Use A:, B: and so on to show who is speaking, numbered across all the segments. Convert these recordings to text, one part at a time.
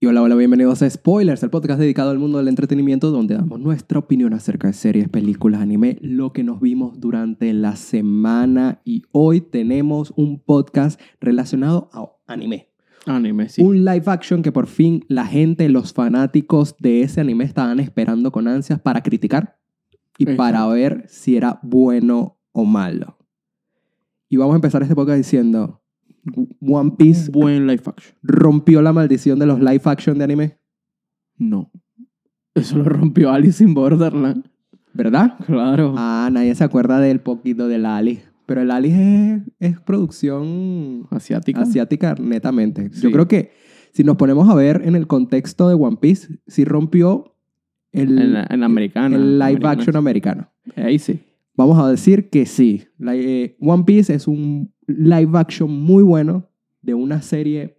A: Y hola, hola, bienvenidos a Spoilers, el podcast dedicado al mundo del entretenimiento donde damos nuestra opinión acerca de series, películas, anime, lo que nos vimos durante la semana. Y hoy tenemos un podcast relacionado a anime.
B: Anime, sí.
A: Un live action que por fin la gente, los fanáticos de ese anime estaban esperando con ansias para criticar y
B: Exacto.
A: para ver si era bueno o malo. Y vamos a empezar este podcast diciendo, One Piece
B: Un buen live action.
A: rompió la maldición de los live action de anime,
B: No. Eso lo rompió Alice in Borderland.
A: ¿verdad?
B: Claro.
A: Ah, nadie se acuerda del poquito del Ali. Pero el Ali es, es producción
B: Asiática.
A: asiática, netamente. Yo
B: Sí.
A: creo que si nos ponemos a ver en el contexto de One Piece, sí rompió el,
B: En, la- en la americana.
A: el live
B: Americana.
A: action americano.
B: Ahí sí.
A: Vamos a decir que sí. La- eh, One Piece es un live action muy bueno de una serie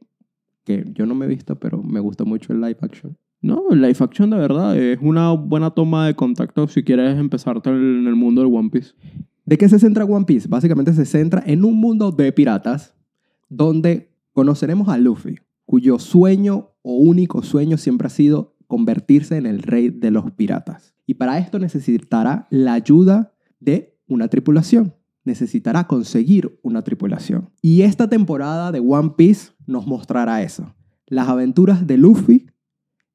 A: que yo no me he visto, pero me gustó mucho el live action.
B: No, el live action de verdad es una buena toma de contacto si quieres empezarte en el mundo del One Piece.
A: ¿De qué se centra One Piece? Básicamente se centra en un mundo de piratas donde conoceremos a Luffy, cuyo sueño o único sueño siempre ha sido convertirse en el rey de los piratas. Y para esto necesitará la ayuda de una tripulación. Necesitará conseguir una tripulación. Y esta temporada de One Piece nos mostrará eso. Las aventuras de Luffy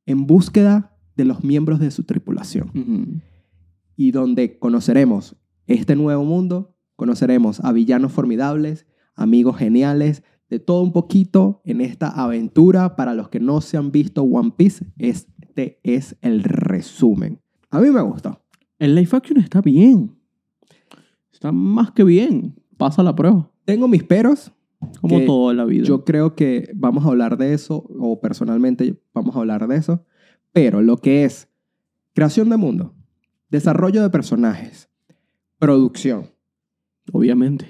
A: en búsqueda de los miembros de su tripulación y donde conoceremos este nuevo mundo, conoceremos a villanos formidables, amigos geniales, de todo un poquito en esta aventura. Para los que no se han visto One Piece, este es el resumen. A mí me gustó.
B: El live action está bien. Está más que bien. Pasa la prueba.
A: Tengo mis peros.
B: Como
A: Que
B: toda la vida.
A: Yo creo que vamos a hablar de eso, o personalmente vamos a hablar de eso. Pero lo que es creación de mundo, desarrollo de personajes, producción,
B: Obviamente.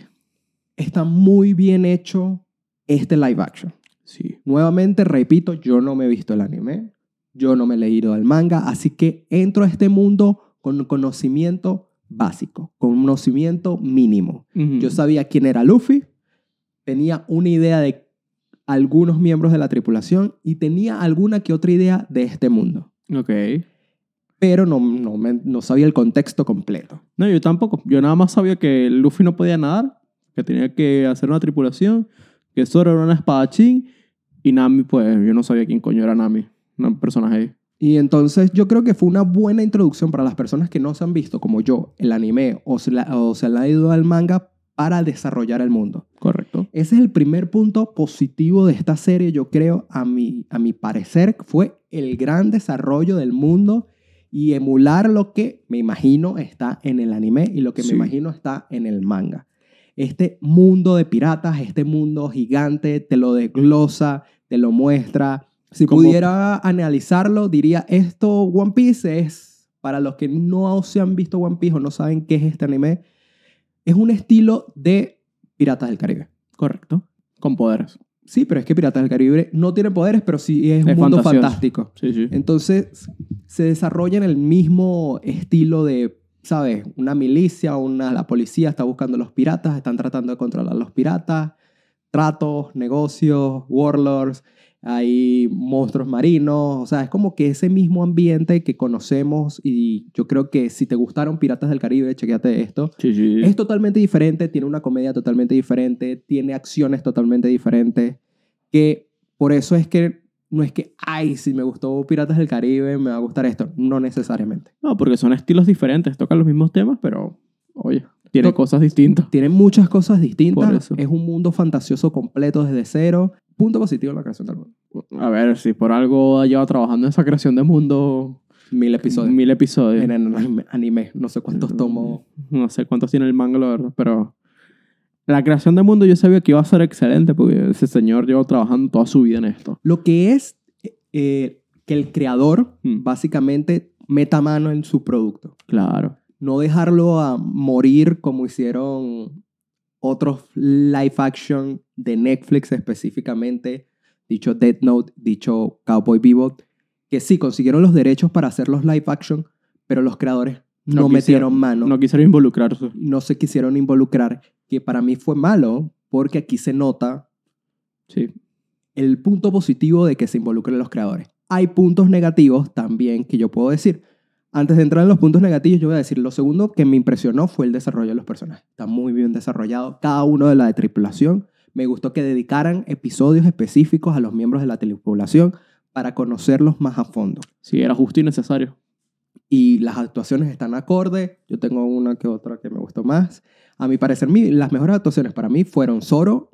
A: está muy bien hecho este live action.
B: Sí.
A: Nuevamente, repito, yo no me he visto el anime, yo no me he leído el manga, así que entro a este mundo con conocimiento básico, con conocimiento mínimo.
B: Mm.
A: Yo sabía quién era Luffy, tenía una idea de algunos miembros de la tripulación y tenía alguna que otra idea de este mundo,
B: Ok.
A: pero no, no, me- no sabía el contexto completo.
B: No, yo tampoco. Yo nada más sabía que Luffy no podía nadar, que tenía que hacer una tripulación, que Zoro era un espadachín y Nami, pues yo no sabía quién coño era Nami, un personaje ahí.
A: Y entonces yo creo que fue una buena introducción para las personas que no se han visto, como yo, el anime o se, la- o se le ha ido al manga para desarrollar el mundo.
B: Correcto.
A: Ese es el primer punto positivo de esta serie, yo creo, a mi, a mi parecer, fue el gran desarrollo del mundo y emular lo que me imagino está en el anime y lo que me
B: Sí.
A: imagino está en el manga. Este mundo de piratas, este mundo gigante, te lo desglosa, te lo muestra. Si
B: Como-
A: pudiera analizarlo, diría esto One Piece es, para los que no se han visto One Piece o no saben qué es este anime, es un estilo de Piratas del Caribe.
B: Correcto. Con poderes.
A: Sí, pero es que Piratas del Caribe no tiene poderes, pero sí es un
B: Es
A: mundo
B: fantasioso.
A: fantástico.
B: Sí, sí.
A: Entonces, se desarrolla en el mismo estilo de, ¿sabes? Una milicia, una, la policía está buscando a los piratas, están tratando de controlar a los piratas, tratos, negocios, warlords, hay monstruos marinos, o sea, es como que ese mismo ambiente que conocemos y yo creo que si te gustaron Piratas del Caribe, chequéate esto,
B: Sí, sí.
A: es totalmente diferente, tiene una comedia totalmente diferente, tiene acciones totalmente diferentes, que por eso es que no es que, ay, si me gustó Piratas del Caribe, me va a gustar esto, no necesariamente.
B: No, porque son estilos diferentes, tocan los mismos temas, pero oye, tiene
A: To-
B: cosas distintas.
A: Tiene muchas cosas
B: Por
A: distintas,
B: eso.
A: es un mundo fantasioso completo desde cero. Punto positivo en la creación del mundo.
B: A ver, si por algo lleva trabajando en esa creación de mundo
A: Mil episodios.
B: mil episodios.
A: En el anime, no sé cuántos tomos.
B: No sé cuántos tiene el manga, la verdad, pero la creación del mundo yo sabía que iba a ser excelente porque ese señor lleva trabajando toda su vida en esto.
A: Lo que es eh, que el creador
B: Mm.
A: básicamente meta mano en su producto.
B: Claro.
A: no dejarlo a morir como hicieron otros live action de Netflix específicamente, dicho Death Note, dicho Cowboy Bebop, que sí consiguieron los derechos para hacer los live action, pero los creadores no,
B: No
A: metieron
B: quisieron,
A: mano,
B: No
A: no.
B: quisieron involucrarse.
A: se quisieron involucrar, que para mí fue malo porque aquí se nota
B: Sí.
A: el punto positivo de que se involucren los creadores. hay puntos negativos también que yo puedo decir. Antes de entrar en los puntos negativos, yo voy a decir lo segundo que me impresionó fue el desarrollo de los personajes. Está muy bien desarrollado. Cada uno de la de tripulación. Me gustó que dedicaran episodios específicos a los miembros de la tripulación para conocerlos más a fondo.
B: Sí, era justo y necesario.
A: Y las actuaciones están acorde. Yo tengo una que otra que me gustó más. A mi parecer, mi- las mejores actuaciones para mí fueron Zoro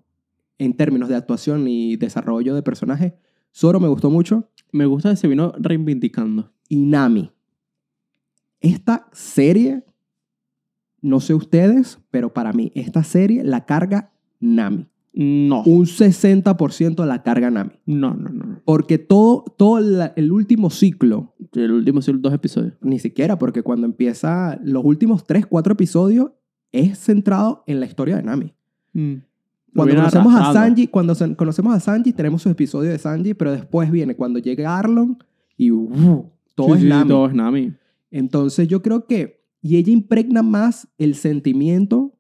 A: en términos de actuación y desarrollo de personaje. Zoro me gustó mucho.
B: Me gusta que se vino reivindicando.
A: y Nami. Esta serie, no sé ustedes, pero para mí, esta serie la carga Nami.
B: No.
A: Un 60% la carga Nami.
B: No, no, no. no.
A: Porque todo, todo la- el último ciclo,
B: El último son dos episodios.
A: ni siquiera, porque cuando empieza los últimos 3, 4 episodios, es centrado en la historia de Nami. Mm. Cuando
B: Lo viene
A: conocemos a
B: arrastrando.
A: Sanji, cuando se- conocemos a Sanji, tenemos su episodio de Sanji, pero después viene cuando llega Arlon y uh, todo
B: Sí,
A: es
B: sí,
A: Nami.
B: Todo es Nami.
A: Entonces yo creo que, y ella impregna más el sentimiento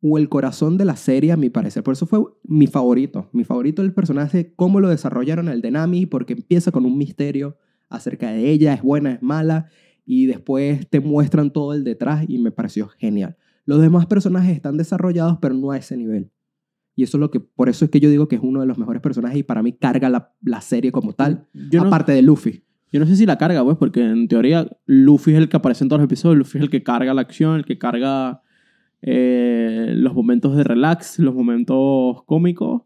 A: o el corazón de la serie, a mi parecer. Por eso fue mi favorito. Mi favorito del personaje, cómo lo desarrollaron el de Nami, porque empieza con un misterio acerca de ella, es buena, es mala, y después te muestran todo el detrás y me pareció genial. Los demás personajes están desarrollados, pero no a ese nivel. Y eso es lo que, por eso es que yo digo que es uno de los mejores personajes y para mí carga la, la serie como tal,
B: Yo no,
A: aparte de Luffy.
B: yo no sé si la carga, pues, porque en teoría Luffy es el que aparece en todos los episodios. Luffy es el que carga la acción, el que carga eh, los momentos de relax, los momentos cómicos.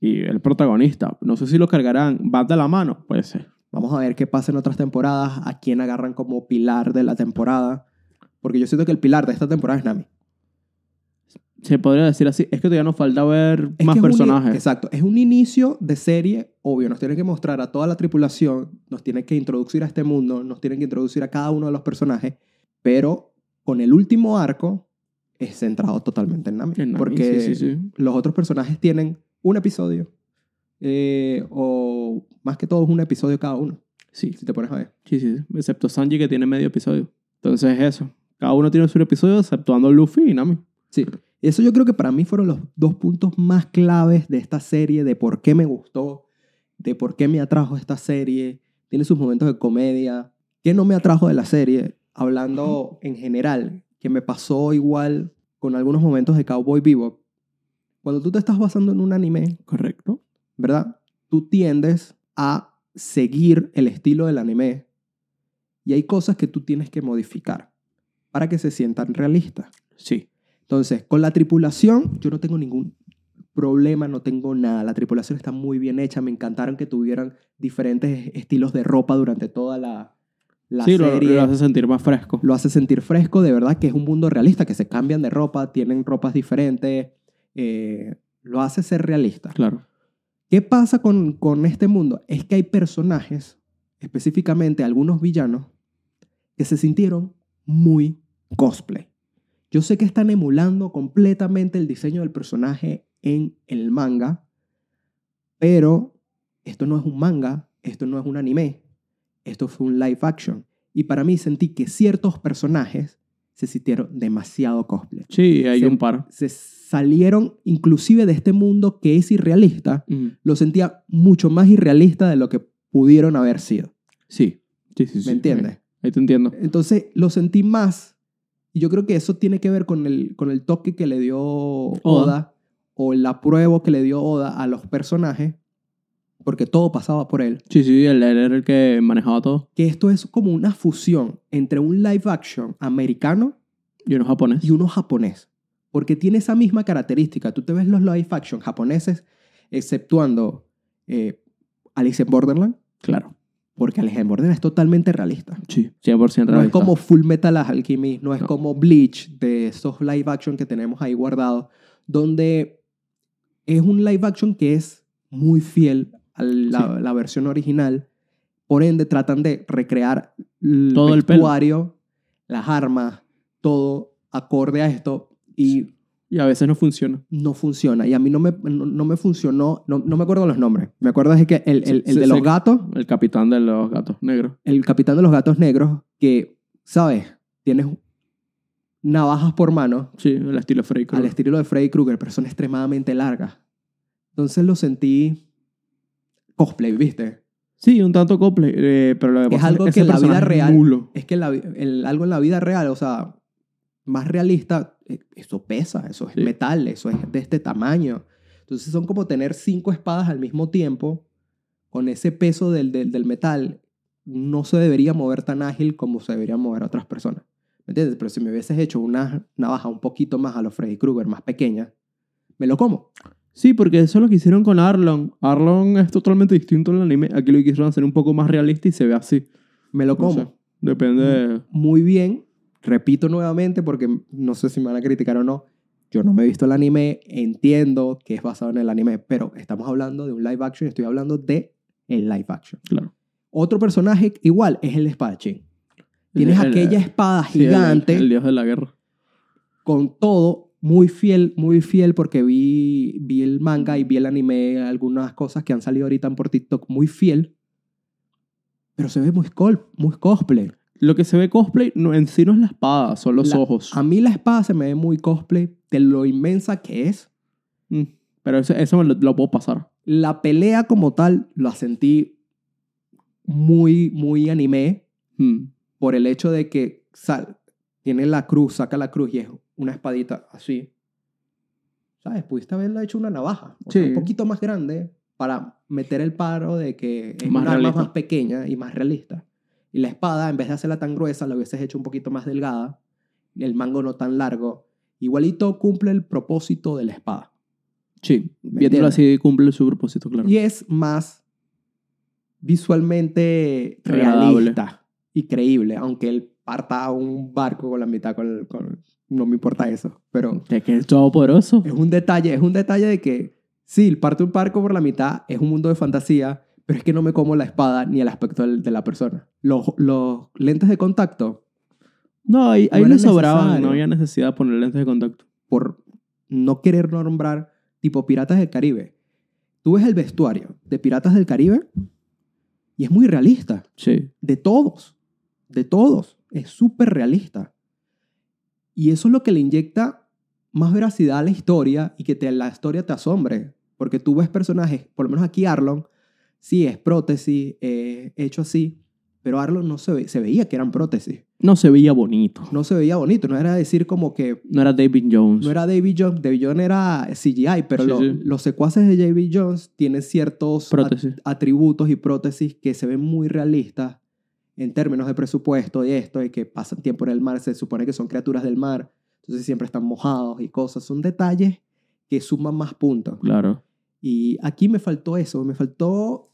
B: Y el protagonista. No sé si lo cargarán. ¿Va de la mano? pues, eh, Puede ser.
A: Vamos a ver qué pasa en otras temporadas, a quién agarran como pilar de la temporada. Porque yo siento que el pilar de esta temporada es Nami.
B: Se podría decir así. Es que todavía nos falta ver
A: Es
B: más
A: que es un i-
B: personajes.
A: exacto. Es un inicio de serie, obvio. Nos tienen que mostrar a toda la tripulación, nos tienen que introducir a este mundo, nos tienen que introducir a cada uno de los personajes. Pero con el último arco es centrado totalmente en Nami.
B: En Nami,
A: porque
B: sí, sí, sí.
A: los otros personajes tienen un episodio. eh, o más que todo es un episodio cada uno,
B: Sí.
A: si te pones a ver.
B: Sí, sí, sí. excepto Sanji que tiene medio episodio. Entonces eso. Cada uno tiene su episodio, exceptuando Luffy y Nami.
A: Sí. Eso yo creo que para mí fueron los dos puntos más claves de esta serie, de por qué me gustó, de por qué me atrajo esta serie. Tiene sus momentos de comedia. ¿Qué no me atrajo de la serie? Hablando en general, que me pasó igual con algunos momentos de Cowboy Bebop. Cuando tú te estás basando en un anime,
B: Correcto.
A: ¿verdad? Tú tiendes a seguir el estilo del anime y hay cosas que tú tienes que modificar para que se sientan realistas.
B: Sí.
A: Entonces, con la tripulación, yo no tengo ningún problema, no tengo nada. La tripulación está muy bien hecha. Me encantaron que tuvieran diferentes estilos de ropa durante toda la, la
B: sí, lo-
A: serie.
B: Lo,
A: Lo,
B: hace sentir más fresco.
A: hace sentir fresco, de verdad, que es un mundo realista, que se cambian de ropa, tienen ropas diferentes. eh, lo hace ser realista.
B: Claro.
A: ¿Qué pasa con, con este mundo? Es que hay personajes, específicamente algunos villanos, que se sintieron muy cosplay. Yo sé que están emulando completamente el diseño del personaje en el manga, pero esto no es un manga, esto no es un anime, esto fue un live action. Y para mí sentí que ciertos personajes se sintieron demasiado cosplay.
B: Sí, hay
A: Se-
B: un par.
A: Se salieron inclusive de este mundo que es irrealista
B: Ujú.
A: lo sentía mucho más irrealista de lo que pudieron haber sido.
B: Sí. Sí, sí, sí.
A: ¿Me entiendes?
B: Ahí te entiendo.
A: Entonces lo sentí más. Y yo creo que eso tiene que ver con el, con el toque que le dio Oda, o la prueba que le dio Oda a los personajes, porque todo pasaba por él.
B: Sí, sí, él él era el que manejaba todo.
A: Que esto es como una fusión entre un live action americano
B: Y uno japonés.
A: y uno japonés. Porque tiene esa misma característica. Tú te ves los live action japoneses, exceptuando eh, Alice in Borderland,
B: Claro.
A: Porque Alice en Borderland es totalmente realista.
B: Sí. 100%
A: No es
B: realista.
A: como Full Metal Alchemist, no es
B: No.
A: como Bleach de esos live action que tenemos ahí guardados, donde es un live action que es muy fiel a la, la versión original. Por ende, tratan de recrear el
B: Todo el pelo.
A: vestuario, las armas, todo acorde a esto. Y
B: Y a veces no funciona.
A: no funciona. Y a mí no me, no, no me funcionó, no, no me acuerdo los nombres. Me acuerdo es que el, el- el
B: Sí,
A: de
B: sí.
A: los gatos
B: El capitán de los gatos negros.
A: el capitán de los gatos negros, que, ¿sabes? Tienes navajas por mano
B: Sí, el estilo Freddy
A: al
B: Krueger.
A: estilo de Freddy Krueger, pero son extremadamente largas. Entonces lo sentí cosplay, ¿viste?
B: Sí, un tanto cosplay, eh, pero lo que
A: Es
B: pasa
A: algo
B: ese
A: que en la vida
B: personaje es
A: real-
B: nulo.
A: Es que la vi- el- algo en la vida real, o sea, más realista, eh, eso pesa, eso es
B: Sí.
A: metal, eso es de este tamaño. Entonces son como tener cinco espadas al mismo tiempo, con ese peso del, del, del metal, no se debería mover tan ágil como se deberían mover otras personas. ¿Me entiendes? Pero si me hubieses hecho una navaja un poquito más a los Freddy Krueger, más pequeña, me lo como.
B: Sí, porque eso es lo que hicieron con Arlon. Arlon es totalmente distinto en el anime. Aquí lo quisieron hacer un poco más realista y se ve así.
A: Me lo
B: No
A: como.
B: sé, depende de...
A: muy bien. Repito nuevamente porque no sé si me van a criticar o no. Yo no me he visto el anime, entiendo que es basado en el anime, pero estamos hablando de un live action, estoy hablando de el live action.
B: Claro.
A: Otro personaje igual es el espadachín. Tienes
B: El- el-
A: aquella espada
B: sí, el-
A: gigante
B: el dios de la guerra.
A: con todo muy fiel, muy fiel porque vi, vi el manga y vi el anime, algunas cosas que han salido ahorita por TikTok, muy fiel. Pero se ve muy, col- muy cosplay.
B: Lo que se ve cosplay no, en sí no es la espada, son los
A: La-
B: ojos.
A: A mí la espada se me ve muy cosplay de lo inmensa que es.
B: Mm, Pero eso, eso me lo, lo puedo pasar.
A: La pelea como tal la sentí muy, muy anime
B: Mm.
A: por el hecho de que sal, tiene la cruz, saca la cruz y es una espadita así. ¿Sabes? Pudiste haberla hecho una navaja. o sea,
B: Sí.
A: un poquito más grande para meter el paro de que es
B: Más
A: una arma
B: realista.
A: más pequeña y más realista. Y la espada, en vez de hacerla tan gruesa, la hubieses hecho un poquito más delgada. y El mango no tan largo. Igualito cumple el propósito de la espada.
B: Sí,
A: ¿Me
B: viéndolo
A: entiendes?
B: así cumple su propósito, claro.
A: Y es más visualmente
B: Agradable.
A: realista y creíble, aunque él parta a un barco con la mitad con, con- No me importa eso, pero
B: Es que es todopoderoso.
A: es un detalle, es un detalle de que sí, él parte un barco por la mitad, es un mundo de fantasía, pero es que no me como la espada ni el aspecto del- de la persona. Los, los lentes de contacto,
B: No, ahí,
A: No
B: ahí
A: era
B: le sobraban,
A: necesario.
B: no había necesidad de poner lentes de contacto.
A: por no querer nombrar tipo Piratas del Caribe, tú ves el vestuario de Piratas del Caribe y es muy realista.
B: Sí.
A: De todos. De todos. Es súper realista. Y eso es lo que le inyecta más veracidad a la historia y que te, la historia te asombre. Porque tú ves personajes, por lo menos aquí Arlon, sí es prótesis, eh, hecho así, pero Arlon no se, ve- se veía que eran prótesis.
B: No se veía bonito.
A: No se veía bonito, no era decir como que
B: No era David Jones.
A: no era David Jones, David Jones era CGI, pero
B: Sí,
A: lo-
B: sí.
A: los secuaces de David Jones tienen ciertos
B: prótesis.
A: atributos y prótesis que se ven muy realistas en términos de presupuesto y esto, y que pasan tiempo en el mar, se supone que son criaturas del mar, entonces siempre están mojados y cosas. Son detalles que suman más puntos.
B: Claro.
A: Y aquí me faltó eso, me faltó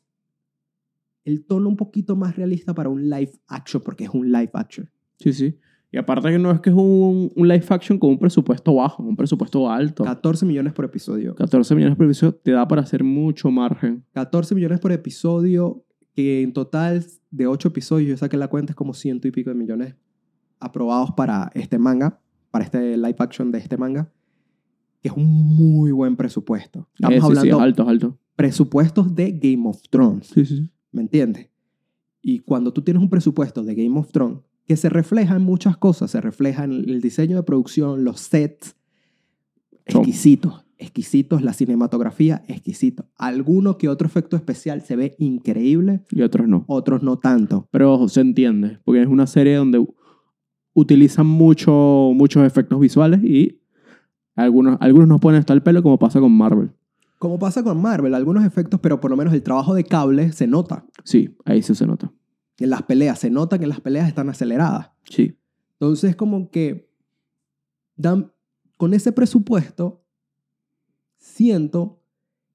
A: el tono un poquito más realista para un live action, porque es un live action.
B: Sí, sí. Y aparte que no es que es un, un live action con un presupuesto bajo, un presupuesto alto.
A: 14 millones por episodio.
B: 14 millones por episodio te da para hacer mucho margen.
A: 14 millones por episodio, que en total de 8 episodios, yo saqué la cuenta, es como ciento y pico de millones aprobados para este manga, para este live action de este manga, que es un muy buen presupuesto. Estamos
B: Eh, sí, sí,
A: hablando
B: es alto, es alto.
A: presupuestos de Game of Thrones,
B: Sí, sí.
A: ¿me entiendes? Y cuando tú tienes un presupuesto de Game of Thrones, que se refleja en muchas cosas, se refleja en el diseño de producción, los sets,
B: Son-
A: exquisitos, exquisitos, la cinematografía, exquisito. Alguno que otro efecto especial se ve increíble,
B: Y otros no.
A: otros no tanto.
B: Pero ojo, se entiende, porque es una serie donde utilizan mucho, muchos efectos visuales y algunos, algunos nos ponen hasta el pelo como pasa con Marvel.
A: Como pasa con Marvel, algunos efectos, pero por lo menos el trabajo de cable se nota.
B: Sí, ahí sí se nota.
A: En las peleas, se nota que las peleas están aceleradas.
B: Sí.
A: Entonces, como que dan, con ese presupuesto, siento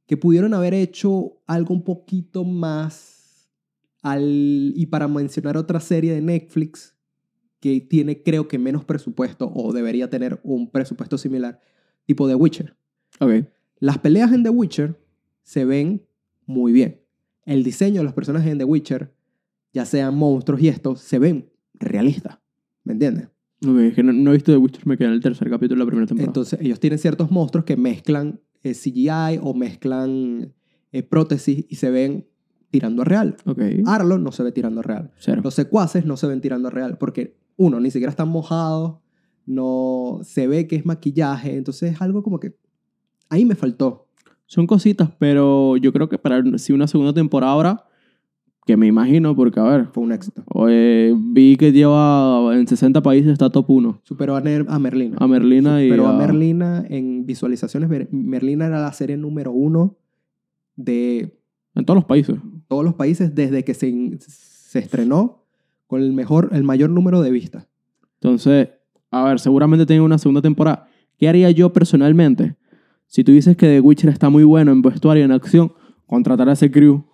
A: que pudieron haber hecho algo un poquito más al, y para mencionar otra serie de Netflix que tiene creo que menos presupuesto o debería tener un presupuesto similar, tipo The Witcher.
B: Ok.
A: Las peleas en The Witcher se ven muy bien. El diseño de los personajes en The Witcher, ya sean monstruos y estos, se ven realistas. ¿Me entiendes?
B: Ok, es que no, no he visto The Witcher, me quedé en el tercer capítulo de la primera temporada.
A: Entonces, ellos tienen ciertos monstruos que mezclan eh, CGI o mezclan eh, prótesis y se ven tirando a real.
B: ok.
A: Arlon no se ve tirando a real.
B: Cero.
A: Los secuaces no se ven tirando a real porque, uno, ni siquiera están mojados, no se ve que es maquillaje. Entonces, es algo como que ahí me faltó.
B: Son cositas, pero yo creo que para si una segunda temporada ahora Que me imagino, porque a ver,
A: Fue un éxito.
B: eh, vi que lleva en 60 países, está top 1.
A: Superó a, Ner- a Merlina.
B: A Merlina y.
A: Pero a Merlina en visualizaciones, Mer- Merlina era la serie número uno de
B: En todos los países.
A: todos los países desde que se, in- se estrenó con el mejor, el mayor número de vistas.
B: Entonces, a ver, seguramente tiene una segunda temporada. ¿Qué haría yo personalmente? Si tú dices que The Witcher está muy bueno en vestuario, en acción, contratar a ese crew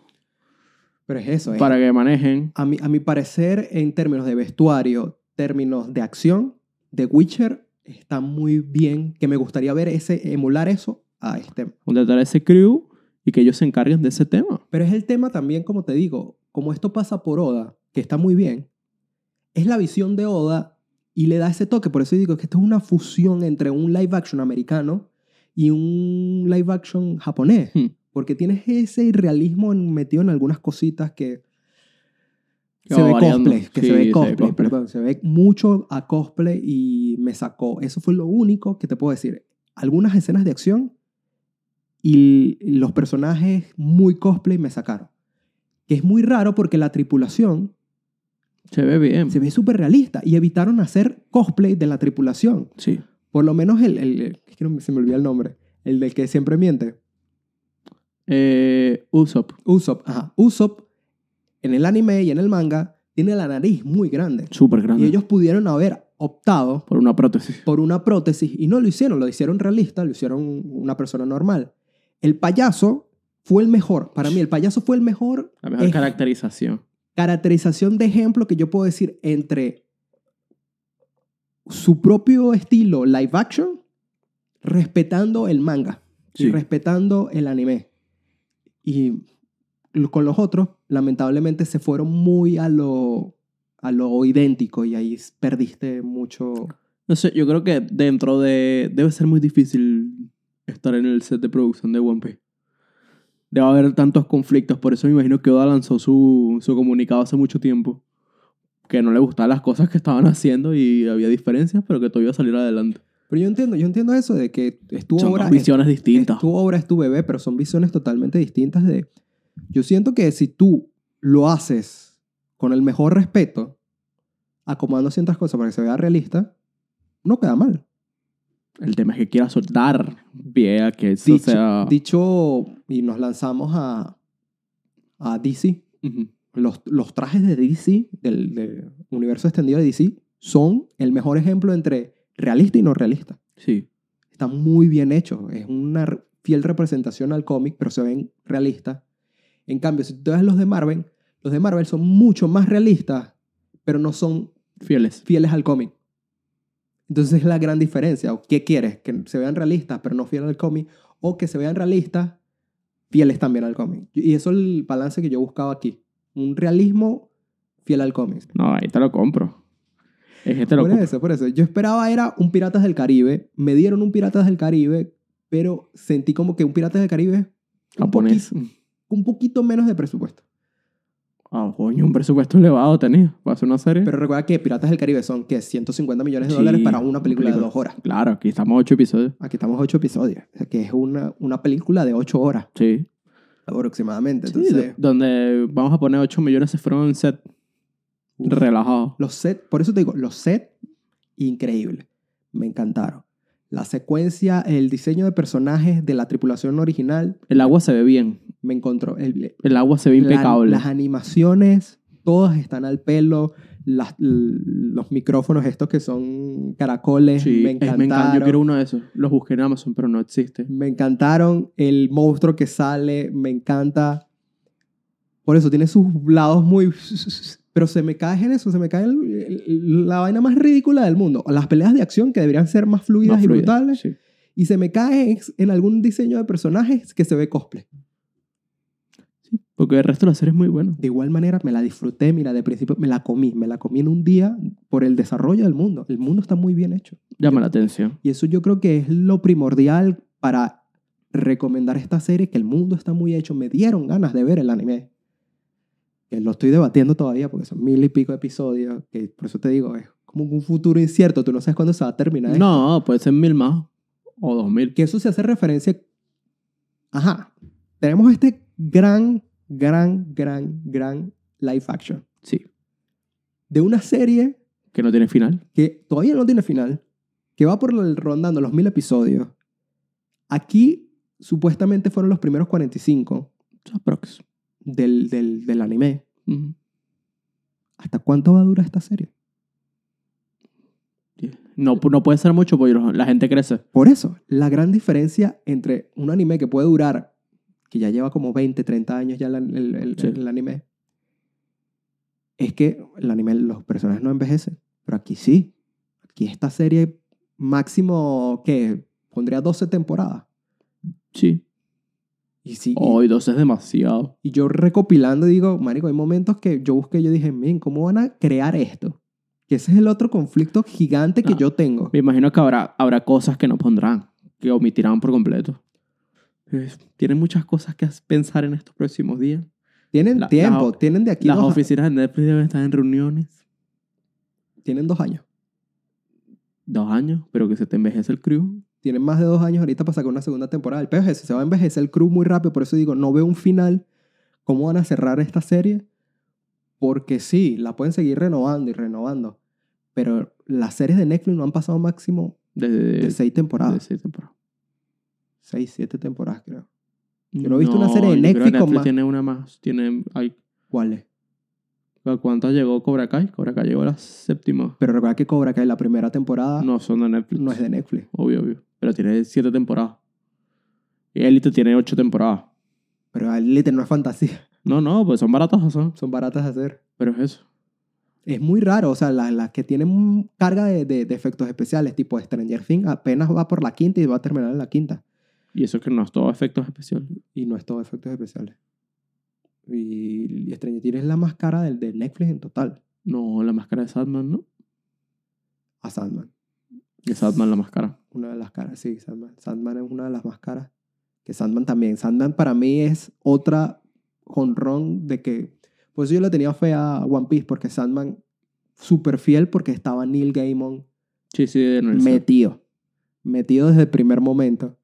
A: Pero es eso. es-
B: para que manejen.
A: a, mi, a mi parecer, en términos de vestuario, términos de acción, The Witcher está muy bien. Que me gustaría ver ese, emular eso a este.
B: contratar a ese crew y que ellos se encarguen de ese tema.
A: Pero es el tema también, como te digo, como esto pasa por Oda, que está muy bien, es la visión de Oda y le da ese toque. Por eso digo que esto es una fusión entre un live action americano y un live action japonés.
B: Hmm.
A: Porque tienes ese irrealismo en- metido en algunas cositas que...
B: Que
A: se
B: va
A: ve
B: variando.
A: cosplay, que
B: Sí,
A: se ve cosplay,
B: cosplay.
A: perdón, se ve mucho a cosplay y me sacó. Eso fue lo único que te puedo decir. Algunas escenas de acción y los personajes muy cosplay me sacaron. Que es muy raro porque la tripulación
B: Se ve bien.
A: se ve súper realista y evitaron hacer cosplay de la tripulación.
B: Sí.
A: Por lo menos el, el- es que no me- se me olvida el nombre, el del que siempre miente.
B: Eh, Usopp.
A: Usopp, ajá. Usopp en el anime y en el manga tiene la nariz muy grande.
B: Súper grande.
A: Y ellos pudieron haber optado
B: Por una prótesis.
A: por una prótesis y no lo hicieron, lo hicieron realista, lo hicieron una persona normal. El payaso fue el mejor, para mí el payaso fue el mejor
B: La mejor
A: Es-
B: caracterización.
A: caracterización de ejemplo que yo puedo decir entre su propio estilo live action, respetando el manga y
B: Sí.
A: respetando el anime. Y lo- con los otros, lamentablemente, se fueron muy a lo, a lo idéntico y ahí perdiste mucho.
B: No sé, yo creo que dentro de... Debe ser muy difícil estar en el set de producción de One Piece. Debe haber tantos conflictos. Por eso me imagino que Oda lanzó su, su comunicado hace mucho tiempo. Que no le gustaban las cosas que estaban haciendo y había diferencias, pero que todo iba a salir adelante.
A: Pero yo entiendo, yo entiendo eso de que es tu
B: Son
A: obra,
B: dos
A: es-
B: visiones
A: es
B: distintas.
A: tu obra, es tu bebé, pero son visiones totalmente distintas de... Yo siento que si tú lo haces con el mejor respeto, acomodando ciertas cosas para que se vea realista, no queda mal.
B: El tema es que quiera soltar pie a que eso
A: Dicho,
B: sea...
A: dicho y nos lanzamos a, a DC,
B: Ujú.
A: los, los trajes de DC, del, del universo extendido de DC, son el mejor ejemplo entre realista y no realista.
B: Sí.
A: Están muy bien hechos. Es una re- fiel representación al cómic, pero se ven realistas. En cambio, si tú ves los de Marvel, los de Marvel son mucho más realistas, pero no son
B: Fieles.
A: fieles al cómic. Entonces es la gran diferencia. ¿O ¿Qué quieres? ¿Que se vean realistas, pero no fieles al cómic? ¿O que se vean realistas, fieles también al cómic? Y eso es el balance que yo buscaba aquí. Un realismo fiel al cómic.
B: No, ahí te lo compro. Es este que te lo
A: Por
B: compro.
A: eso, por eso. Yo esperaba era un Piratas del Caribe. Me dieron un Piratas del Caribe, pero sentí como que un Piratas del Caribe un
B: Japonés.
A: un poquito menos de presupuesto.
B: Ah, coño, un presupuesto elevado tenía para hacer una serie.
A: Pero recuerda que Piratas del Caribe son, que 150 millones de
B: Sí,
A: dólares para una película de
B: película.
A: dos horas.
B: Claro, aquí estamos ocho episodios.
A: Aquí estamos ocho episodios, o sea, que es una, una película de ocho horas
B: Sí.
A: aproximadamente.
B: Sí,
A: Entonces,
B: do- donde vamos a poner 8 millones se fueron en set.
A: Uf.
B: Relajado.
A: Los sets, por eso te digo, los sets, increíbles. Me encantaron. La secuencia, el diseño de personajes de la tripulación original,
B: El agua se ve bien.
A: me encontró. El,
B: El agua se ve
A: la-
B: impecable.
A: las animaciones, todas están al pelo. Las- l- los micrófonos estos que son caracoles,
B: Sí,
A: me
B: es-
A: encantaron.
B: encanta. Yo quiero uno de esos. Los busqué en Amazon, pero no existe.
A: Me encantaron. El monstruo que sale, me encanta. Por eso tiene sus lados muy... Pero se me cae en eso, se me cae el- el- la vaina más ridícula del mundo. Las peleas de acción que deberían ser más fluidas
B: Más
A: y
B: fluido,
A: brutales.
B: sí.
A: Y se me cae ex- en algún diseño de personajes que se ve cosplay.
B: Sí, porque el resto de la serie es muy bueno.
A: De igual manera, me la disfruté, mira, de principio me la comí. Me la comí en un día por el desarrollo del mundo. El mundo está muy bien hecho.
B: Llama la atención.
A: Y eso yo creo que es lo primordial para recomendar esta serie, que el mundo está muy hecho. Me dieron ganas de ver el anime. Que lo estoy debatiendo todavía porque son mil y pico episodios. Que por eso te digo, es como un futuro incierto. Tú no sabes cuándo se va a terminar. esto.
B: No, puede ser mil más. O dos mil.
A: Que eso se hace referencia. Ajá. Tenemos este gran, gran, gran, gran live action.
B: Sí.
A: De una serie
B: Que no tiene final.
A: que todavía no tiene final, que va por el- rondando los mil episodios. Aquí supuestamente fueron los primeros 45
B: Aprox.
A: del, del, del anime.
B: Ujú.
A: ¿Hasta cuánto va a durar esta serie?
B: No, pu- no puede ser mucho porque los- la gente crece.
A: Por eso, la gran diferencia entre un anime que puede durar, que ya lleva como 20, 30 años ya la- el, el-
B: Sí.
A: el anime, es que el anime, los personajes no envejecen. Pero aquí sí. Aquí esta serie máximo, que Pondría 12 temporadas.
B: Sí.
A: Y sí, y-
B: Hoy dos es demasiado.
A: Y yo recopilando digo, marico, hay momentos que yo busqué, yo dije, men, ¿cómo van a crear esto? Que ese es el otro conflicto gigante que
B: Ah.
A: yo tengo.
B: Me imagino que habrá, habrá cosas que no pondrán, que omitirán por completo. Es- tienen muchas cosas que as- pensar en estos próximos días.
A: Tienen
B: La-
A: tiempo,
B: la-
A: tienen de aquí
B: Las
A: dos,
B: oficinas de Netflix deben estar en reuniones.
A: tienen dos años.
B: Dos años, pero que se te envejece el crew.
A: Tienen más de dos años ahorita para sacar una segunda temporada. El PG se va a envejecer el crew muy rápido, por eso digo, no veo un final. ¿Cómo van a cerrar esta serie? Porque sí, la pueden seguir renovando y renovando. Pero las series de Netflix no han pasado máximo
B: De, de- ah.
A: de seis
B: de
A: temporadas.
B: seis temporadas.
A: Seis, siete temporadas, creo. Yo no he visto una serie de
B: yo creo que
A: Netflix con más.
B: tiene una más. Tiene, hay,
A: ¿Cuáles?
B: ¿A cuántas llegó Cobra Kai? Cobra Kai llegó a la séptima.
A: Pero recuerda que Cobra Kai, la primera temporada, no,
B: Ah. No son de Netflix.
A: es de Netflix.
B: Obvio, obvio. Pero tiene siete temporadas. Y Elite tiene ocho temporadas.
A: Pero Elite no es fantasía.
B: No, no, pues son baratas, son.
A: Son baratas de hacer.
B: Pero es eso.
A: Es muy raro. O sea, la- las que tienen carga de, de- de efectos especiales, tipo Stranger Things, apenas va por la quinta y va a terminar en la quinta.
B: Y eso que no es todo efectos especiales.
A: Y no es todo efectos especiales. Y, y Stranger Things es la más cara del de Netflix en total.
B: No, la máscara de Sadman, ¿no?
A: A Sandman.
B: De Sadman la máscara.
A: Una de las caras, sí, Sandman. Sandman es una de las más caras. Que Sandman también. Sandman para mí es otra jonrón de que... Por eso yo le tenía fe a One Piece, porque Sandman súper fiel porque estaba Neil Gaiman
B: Sí, sí, de Nelson.
A: metido. Metido desde el primer momento.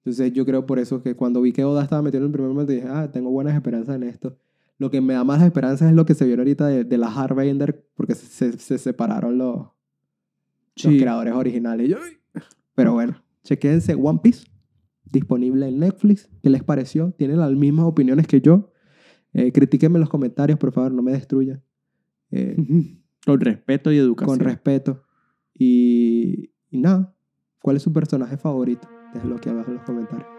A: Entonces yo creo por eso que cuando vi que Oda estaba metido en el primer momento, dije, ah, tengo buenas esperanzas en esto. Lo que me da más esperanza es lo que se vio ahorita de, de la Harvender, porque se, se- se separaron los, los
B: Sí.
A: creadores originales. Yo, "Ay". Pero bueno, chequense One Piece, disponible en Netflix. ¿Qué les pareció? ¿Tienen las mismas opiniones que yo? Eh, critíquenme en los comentarios, por favor, no me destruyan. Eh,
B: Con respeto y educación.
A: con respeto. Y, y nada, ¿cuál es su personaje favorito? Déjenlo aquí abajo en los comentarios.